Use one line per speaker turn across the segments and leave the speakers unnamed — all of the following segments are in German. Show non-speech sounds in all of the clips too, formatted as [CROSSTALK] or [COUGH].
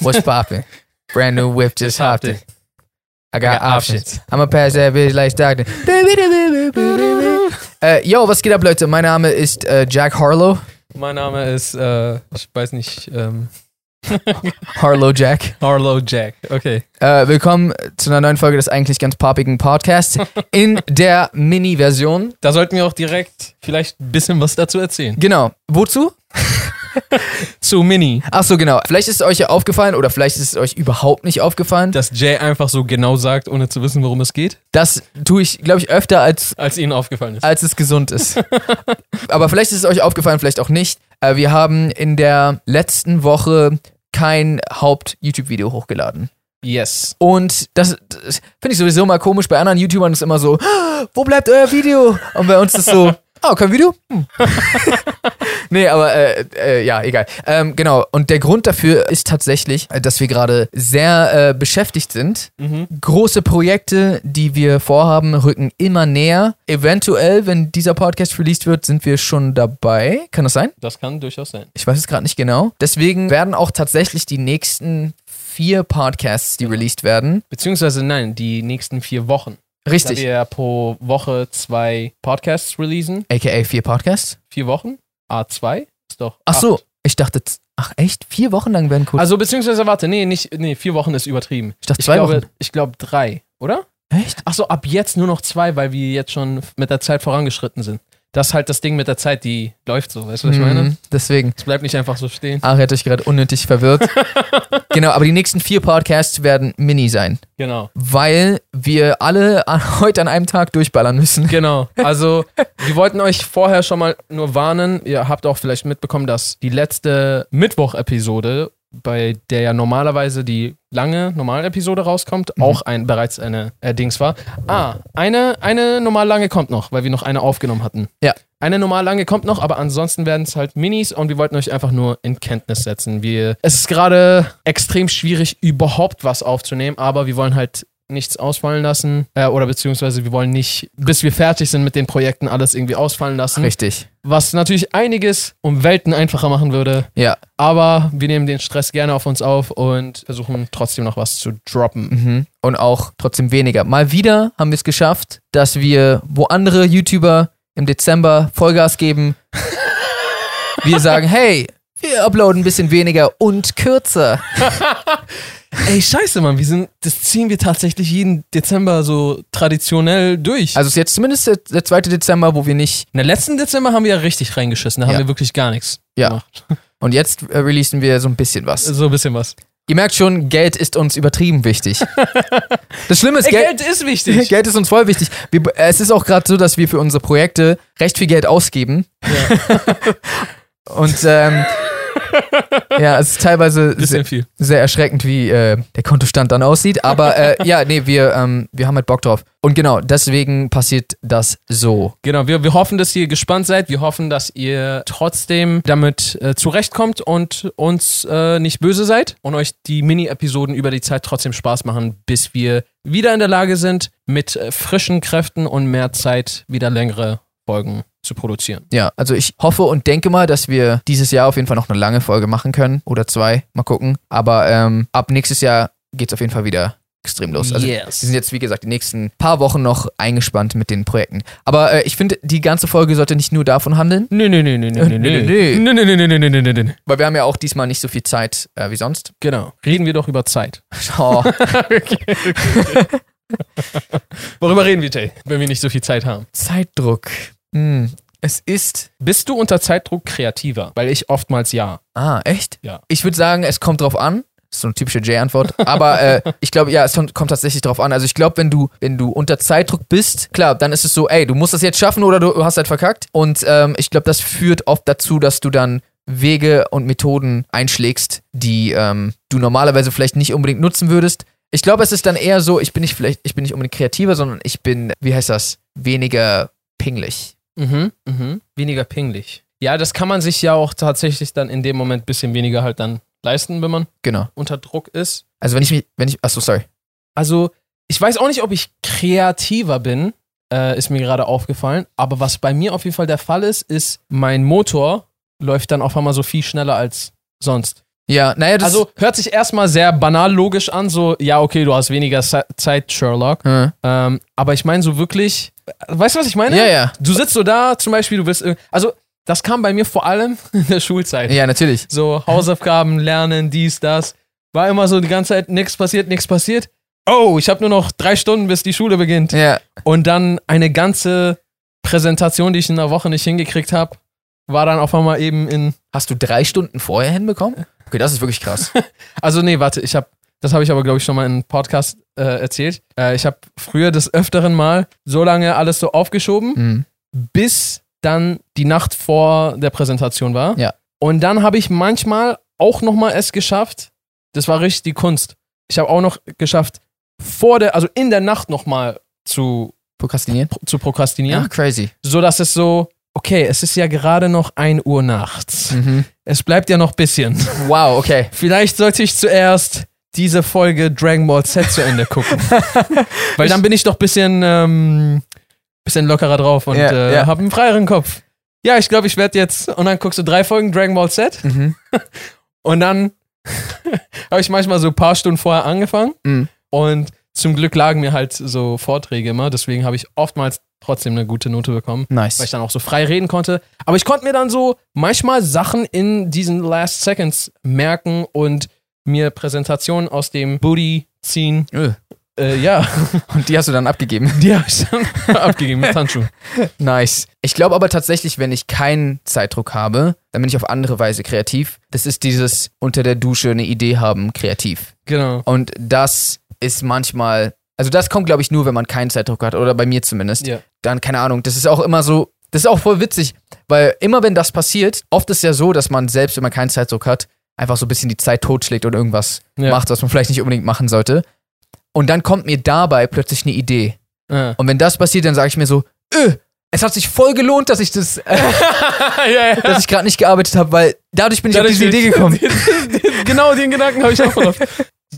What's popping? Brand new whip, just,
Just
hopped
hopped
it. I got,
got
options.
options.
I'ma pass that bitch like Stockton.
[LAUGHS]
Äh, yo, was geht ab, Leute? Mein Name ist äh, Jack Harlow.
Mein Name ist, äh, ich weiß nicht, ähm,
Harlow Jack.
Harlow Jack. Okay.
Äh, willkommen zu einer neuen Folge des eigentlich ganz poppigen
[LAUGHS]
Podcasts in der Mini-Version.
Da sollten wir auch direkt vielleicht ein bisschen was dazu erzählen.
Genau. Wozu?
Zu Mini,
Ach so, genau. Vielleicht ist es euch ja aufgefallen oder vielleicht ist es euch überhaupt nicht aufgefallen.
dass Jay einfach so genau sagt, ohne zu wissen, worum es geht, Äh,
Das tue ich, glaube ich, öfter als
als ihnen aufgefallen ist.
als es gesund ist. [LAUGHS] Aber vielleicht ist es euch aufgefallen, vielleicht auch nicht. Äh, Wir haben in der letzten Woche kein Haupt-YouTube-Video hochgeladen.
Yes.
Und das, das finde ich sowieso mal komisch. Bei anderen YouTubern ist immer so, [GASPS] "Ah, wo bleibt euer Video? Und bei uns ist so, oh, kein Video? Hm. [LAUGHS] nee, aber äh, äh, ja, egal. Ähm, genau, und der Grund dafür ist tatsächlich, äh, dass wir gerade sehr äh, beschäftigt sind. Große Projekte, die wir vorhaben, rücken immer näher. Eventuell, wenn dieser Podcast released wird, sind wir schon dabei. Kann das sein?
Das kann durchaus sein.
Ich weiß es gerade nicht genau. Deswegen werden auch tatsächlich die nächsten vier Podcasts, die released werden,
Beziehungsweise nein, die nächsten vier Wochen. Da
Richtig.
wir ja pro Woche zwei Podcasts releasen.
AKA vier Podcasts.
Vier Wochen. A2 ist doch.
Ach so,
acht.
ich dachte, z- ach echt? Vier Wochen lang werden kurz.
Also beziehungsweise warte, nee, nicht, nee, vier Wochen ist übertrieben.
ich dachte
Ich
zwei
glaube,
Wochen.
ich glaube drei, oder?
Echt?
Ach so, ab jetzt nur noch zwei, weil wir jetzt schon mit der Zeit vorangeschritten sind. Das ist halt das Ding mit der Zeit, die läuft so, weißt du, was ich meine?
Mhm, Ah. deswegen.
Es bleibt nicht einfach so stehen.
Ari hat euch gerade unnötig
[LAUGHS]
verwirrt. genau, aber die nächsten vier Podcasts werden mini sein,
Genau.
weil wir alle an, [LAUGHS] heute an einem Tag durchballern müssen.
Genau. Also, wir wollten euch vorher schon mal nur warnen. Ihr habt auch vielleicht mitbekommen, dass die letzte Mittwoch-Episode, bei der ja normalerweise die lange Normal-Episode rauskommt, auch ein, bereits eine äh, Dings war. Ah, eine, eine normal lange kommt noch, weil wir noch eine aufgenommen hatten.
Ja.
Eine normal lange kommt noch, aber ansonsten werden es halt Minis und wir wollten euch einfach nur in Kenntnis setzen. Wir, es ist gerade extrem schwierig, überhaupt was aufzunehmen, aber wir wollen halt nichts ausfallen lassen äh, oder beziehungsweise wir wollen nicht, bis wir fertig sind mit den Projekten, alles irgendwie ausfallen lassen,
Richtig.
was natürlich einiges um Welten einfacher machen würde.
Ja.
Aber wir nehmen den Stress gerne auf uns auf und versuchen trotzdem noch was zu droppen.
Mhm. Und auch trotzdem weniger. Mal wieder haben wir es geschafft, dass wir, wo andere YouTuber im Dezember Vollgas
[LAUGHS]
geben, wir sagen, hey, wir uploaden ein bisschen weniger und kürzer.
Ey, scheiße, Mann, wir sind, das ziehen wir tatsächlich jeden Dezember so traditionell durch.
Also es ist jetzt zumindest der, der 2. Dezember, wo wir nicht.
In der letzten Dezember haben wir ja richtig reingeschissen. Da
Ja.
haben wir wirklich gar nichts
Ja.
gemacht.
Und jetzt äh, releasen wir so ein bisschen was.
So ein bisschen was.
Ihr merkt schon, Geld ist uns übertrieben
[LAUGHS]
wichtig. Das Schlimme ist,
Ey,
Geld,
Äh, Geld ist wichtig.
Geld ist uns voll wichtig. Wir, äh, es ist auch gerade so, dass wir für unsere Projekte recht viel Geld ausgeben. [LAUGHS] Und ähm, ja, es ist teilweise
Bisschen
sehr,
viel.
sehr erschreckend, wie äh, der Kontostand dann aussieht. Aber äh, ja, nee, wir, ähm, wir haben halt Bock drauf. Und genau, deswegen passiert das so.
Genau, wir, wir hoffen, dass ihr gespannt seid. Wir hoffen, dass ihr trotzdem damit äh, zurechtkommt und uns äh, nicht böse seid und euch die Mini-Episoden über die Zeit trotzdem Spaß machen, bis wir wieder in der Lage sind, mit äh, frischen Kräften und mehr Zeit wieder längere Folgen zu produzieren.
Ja, also ich hoffe und denke mal, dass wir dieses Jahr auf jeden Fall noch eine lange Folge machen können oder zwei, mal gucken. Aber ähm, ab nächstes Jahr geht's auf jeden Fall wieder extrem los. Also
Yes.
die sind jetzt, wie gesagt, die nächsten paar Wochen noch eingespannt mit den Projekten. Aber äh, ich finde, die ganze Folge sollte nicht nur davon handeln,
Nö, nö, nö, nö, nö, nö, nö,
Nö,
nö, nö, nö, nö, nö, nö, nö, nö.
weil wir haben ja auch diesmal nicht so viel Zeit äh, wie sonst. [LAUGHS]
Genau. Reden wir doch über Zeit.
Oh,
Worüber reden wir, Jay, wenn wir nicht so viel Zeit haben?
Zeitdruck. Hm. Es ist.
Bist du unter Zeitdruck kreativer? Weil ich oftmals ja.
Ah, echt?
Ja.
Ich würde sagen, es kommt drauf an. Das ist so eine typische
[LAUGHS]
Jay-Antwort. Aber äh, ich glaube, ja, es kommt kommt tatsächlich drauf an. Also ich glaube, wenn du, wenn du unter Zeitdruck bist, klar, dann ist es so, ey, du musst das jetzt schaffen oder du hast halt verkackt. Und ähm, ich glaube, das führt oft dazu, dass du dann Wege und Methoden einschlägst, die ähm, du normalerweise vielleicht nicht unbedingt nutzen würdest. Ich glaube, es ist dann eher so, ich bin nicht vielleicht, ich bin nicht unbedingt kreativer, sondern ich bin, wie heißt das, weniger pingelig.
Mhm, mhm. Weniger pingelig. Ja, das kann man sich ja auch tatsächlich dann in dem Moment ein bisschen weniger halt dann leisten, wenn man
Genau.
unter Druck ist.
Also wenn ich mich, wenn ich, achso, sorry.
Also, ich weiß auch nicht, ob ich kreativer bin, äh, ist mir gerade aufgefallen. Aber was bei mir auf jeden Fall der Fall ist, ist, mein Motor läuft dann auf einmal so viel schneller als sonst.
Ja, naja, das
Also hört sich erstmal sehr banal logisch an, so, ja, okay, du hast weniger Ze- Zeit, Sherlock.
Hm.
Ähm, aber ich meine so wirklich, weißt du, was ich meine?
Ja, ja.
Du sitzt so da, zum Beispiel, du bist, irg- also das kam bei mir vor allem [LAUGHS] in der Schulzeit.
Ja, natürlich.
So Hausaufgaben, Lernen, dies, das. War immer so die ganze Zeit, nichts passiert, nichts passiert. Oh, ich habe nur noch drei Stunden, bis die Schule beginnt.
Ja.
Und dann eine ganze Präsentation, die ich in der Woche nicht hingekriegt habe, war dann auf einmal eben in
Hast du drei Stunden vorher hinbekommen? Okay, das ist wirklich krass.
Also nee, warte, ich habe das habe ich aber glaube ich schon mal in einem Podcast äh, erzählt. Äh, ich habe früher des öfteren mal so lange alles so aufgeschoben,
[LAUGHS] Mhm.
bis dann die Nacht vor der Präsentation war.
Ja.
Und dann habe ich manchmal auch noch mal es geschafft. Das war richtig die Kunst. Ich habe auch noch geschafft vor der also in der Nacht noch mal zu
Prokrastinieren?
zu prokrastinieren,
Ja, crazy.
so dass es so okay, es ist ja gerade noch 1 Uhr nachts.
Mhm.
Es bleibt ja noch bisschen.
Wow, okay.
Vielleicht sollte ich zuerst diese Folge Dragon Ball Z zu
[LAUGHS]
Ende gucken. Weil dann bin ich doch ein bisschen, ähm, bisschen lockerer drauf und
Ja,
äh,
ja.
habe einen freieren Kopf. Ja, ich glaube, ich werde jetzt. Und dann guckst du drei Folgen Dragon Ball Z
Mhm.
und dann [LAUGHS] habe ich manchmal so ein paar Stunden vorher angefangen.
Mhm.
Und zum Glück lagen mir halt so Vorträge immer. Deswegen habe ich oftmals trotzdem eine gute Note bekommen weil ich
Nice.
dann auch so frei reden konnte. Aber ich konnte mir dann so manchmal Sachen in diesen Last Seconds merken und mir Präsentationen aus dem Booty ziehen.
Öh.
Äh, ja, [LAUGHS]
Und die hast du dann abgegeben. [LAUGHS]
die habe ich dann [LAUGHS] abgegeben mit Handschuhen.
Nice. Ich glaube aber tatsächlich, wenn ich keinen Zeitdruck habe, dann bin ich auf andere Weise kreativ. Das ist dieses unter der Dusche eine Idee haben, kreativ.
Genau.
Und das ist manchmal, also das kommt, glaube ich, nur, wenn man keinen Zeitdruck hat, oder bei mir zumindest.
Ja.
Dann, keine Ahnung, das ist auch immer so, das ist auch voll witzig, weil immer wenn das passiert, oft ist ja so, dass man selbst, wenn man keinen Zeitdruck hat, einfach so ein bisschen die Zeit totschlägt und irgendwas
Ja.
macht, was man vielleicht nicht unbedingt machen sollte. Und dann kommt mir dabei plötzlich eine Idee.
Ja.
Und wenn das passiert, dann sage ich mir so, öh, es hat sich voll gelohnt, dass ich das, äh,
[LAUGHS] ja, ja.
dass ich gerade nicht gearbeitet habe, weil dadurch bin ich
Dadurch
auf diese
bin ich-
Idee
[LAUGHS]
gekommen.
genau den Gedanken habe ich auch verloren.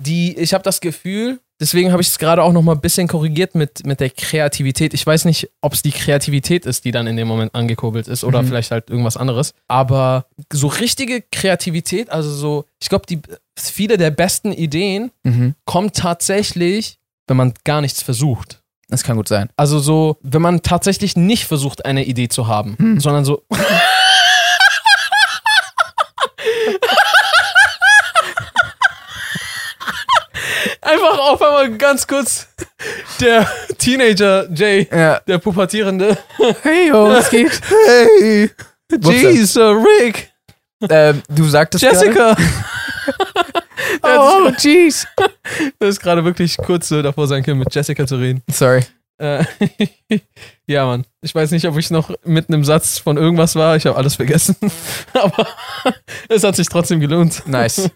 Die, ich habe das Gefühl, deswegen habe ich es gerade auch noch mal ein bisschen korrigiert mit, mit der Kreativität. Ich weiß nicht, ob es die Kreativität ist, die dann in dem Moment angekurbelt ist oder
Mhm.
vielleicht halt irgendwas anderes. Aber so richtige Kreativität, also so, ich glaube, die viele der besten Ideen
Mhm.
kommen tatsächlich, wenn man gar nichts versucht.
Das kann gut sein.
Also so, wenn man tatsächlich nicht versucht, eine Idee zu haben,
Hm.
sondern so. Einfach auf einmal ganz kurz der Teenager Jay,
Ja.
der Pubertierende.
Hey, yo, was
[LAUGHS]
geht? Hey. Jeez.
Jeez, äh, Rick,
Ähm, du sagtest gerade-
Jessica.
ne?
[LAUGHS]
Oh, jeez.
Das ist gerade wirklich kurz so davor sein können, mit Jessica zu reden.
Sorry.
Äh, [LAUGHS] ja, Mann. Ich weiß nicht, ob ich noch mitten im Satz von irgendwas war. Ich habe alles vergessen. [LAUGHS] Aber es hat sich trotzdem gelohnt. [LAUGHS]
Nice.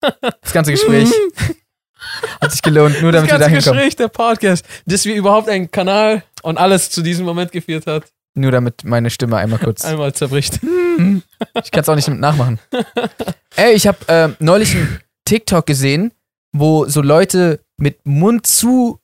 Das ganze Gespräch hat sich gelohnt, nur damit wir
das
da
ganze
hinkommen.
Gespräch, der Podcast, dass wir überhaupt einen Kanal und alles zu diesem Moment geführt hat,
Nur damit meine Stimme einmal kurz.
einmal [LAUGHS] zerbricht.
Ich kann es auch nicht mit nachmachen. Ey, ich habe ähm, neulich einen TikTok gesehen, wo so Leute mit Mund zu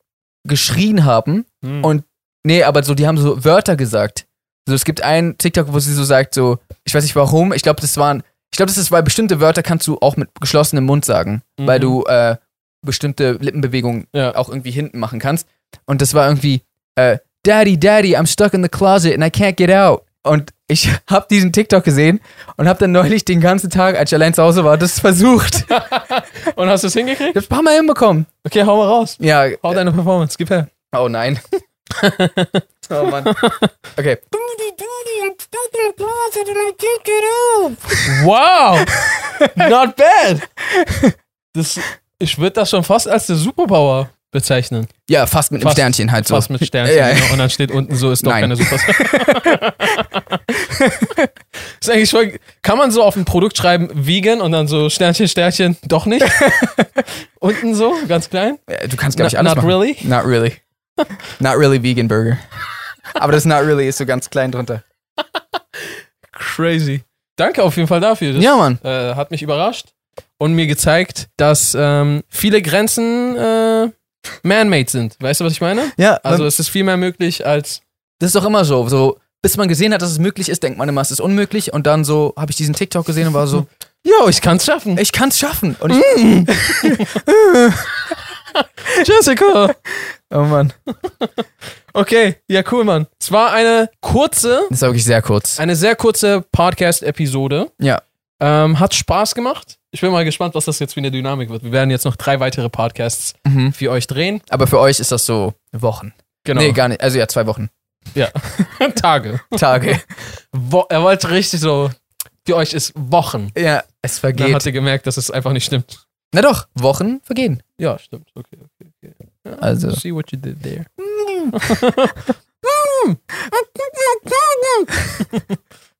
geschrien haben.
Hm.
Und- Nee, aber so, die haben so Wörter gesagt. So, es gibt einen TikTok, wo sie so sagt, so, ich weiß nicht warum, ich glaube, das waren, ich glaube, das ist, weil bestimmte Wörter kannst du auch mit geschlossenem Mund sagen,
Mhm.
weil du äh, bestimmte Lippenbewegungen
Ja.
auch irgendwie hinten machen kannst. Und das war irgendwie, äh, Daddy, Daddy, I'm stuck in the closet and I can't get out. Und ich [LAUGHS] habe diesen TikTok gesehen und habe dann neulich den ganzen Tag, als ich allein zu Hause war, das
[LAUGHS]
versucht. Ich
Und hast du es hingekriegt?
habe ein paar Mal hinbekommen.
Okay, hau mal raus.
Ja,
Hau deine Performance, gib her.
Oh
[LAUGHS]
nein. oh Mann. Okay.
[LAUGHS] Wow! Not bad! [LAUGHS] Das, ich würde das schon fast als eine Superpower bezeichnen.
Ja, fast mit einem
Fast-
Sternchen halt so.
Fast mit Sternchen.
Ja, ja.
ne? Und dann steht unten so, ist doch
Nein.
keine
[LAUGHS]
Superstar. ist eigentlich voll, kann man so auf ein Produkt schreiben, vegan und dann so Sternchen, Sternchen,
[LAUGHS]
doch nicht? unten so, ganz klein.
Äh, Du kannst, glaube ich,
Not-
alles
not
machen.
really?
Not really. Not really vegan burger. Aber das Not really ist so ganz klein drunter.
Crazy. Danke auf jeden Fall dafür. Das,
Ja, Mann.
Äh, hat mich überrascht und mir gezeigt, dass ähm, viele Grenzen äh, man-made sind. Weißt du, was ich meine?
Ja,
Also es ist viel mehr möglich als
das ist doch immer so. So, bis man gesehen hat, dass es möglich ist, denkt man immer, es ist unmöglich. Und dann so habe ich diesen TikTok gesehen und war so,
Jo, ich kann's schaffen.
Ich kann's schaffen. Und ich, [LAUGHS]
Jessica.
oh Mann.
Okay, ja, cool, Mann. Es war eine kurze,
Das war wirklich sehr kurz.
eine sehr kurze Podcast-Episode.
Ja.
Ähm, hat Spaß gemacht. Ich bin mal gespannt, was das jetzt für eine Dynamik wird. Wir werden jetzt noch drei weitere Podcasts
Mhm.
für euch drehen.
Aber für euch ist das so Wochen.
Genau.
Nee, gar nicht. Also ja, zwei Wochen.
Tage.
[LAUGHS] Tage.
Wo er wollte richtig so, für euch ist Wochen.
[LAUGHS] ja, es
Dann hat
vergeht.
er gemerkt, dass es einfach nicht stimmt.
Na doch, Wochen vergehen.
Ja, stimmt. Okay, okay, okay.
Also.
See what you did there. [LAUGHS]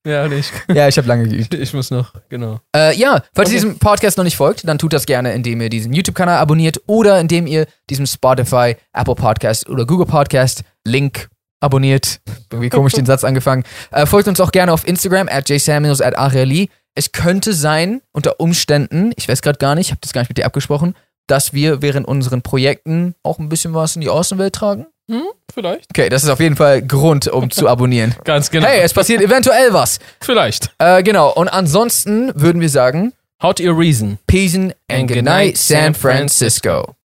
ja, nee, ich, [LAUGHS]
Ja, ich habe lange geübt.
ich muss noch, genau.
Äh, ja, falls
Okay.
ihr diesem Podcast noch nicht folgt, dann tut das gerne, indem ihr diesen YouTube-Kanal abonniert oder indem ihr diesem Spotify, Apple Podcast oder Google Podcast Link abonniert. Irgendwie komisch den Satz angefangen. Äh, folgt uns auch gerne auf Instagram, at jsamuels, at Arieli. Es könnte sein, unter Umständen, ich weiß gerade gar nicht, ich habe das gar nicht mit dir abgesprochen, dass wir während unseren Projekten auch ein bisschen was in die Außenwelt tragen.
Vielleicht.
Okay, das ist auf jeden Fall Grund, um zu abonnieren.
Ganz genau.
Hey, es passiert eventuell was.
Vielleicht.
Äh, genau, und ansonsten würden wir sagen,
How to your reason.
Peace and
And
good
good night,
night, San
San Francisco.
Francisco.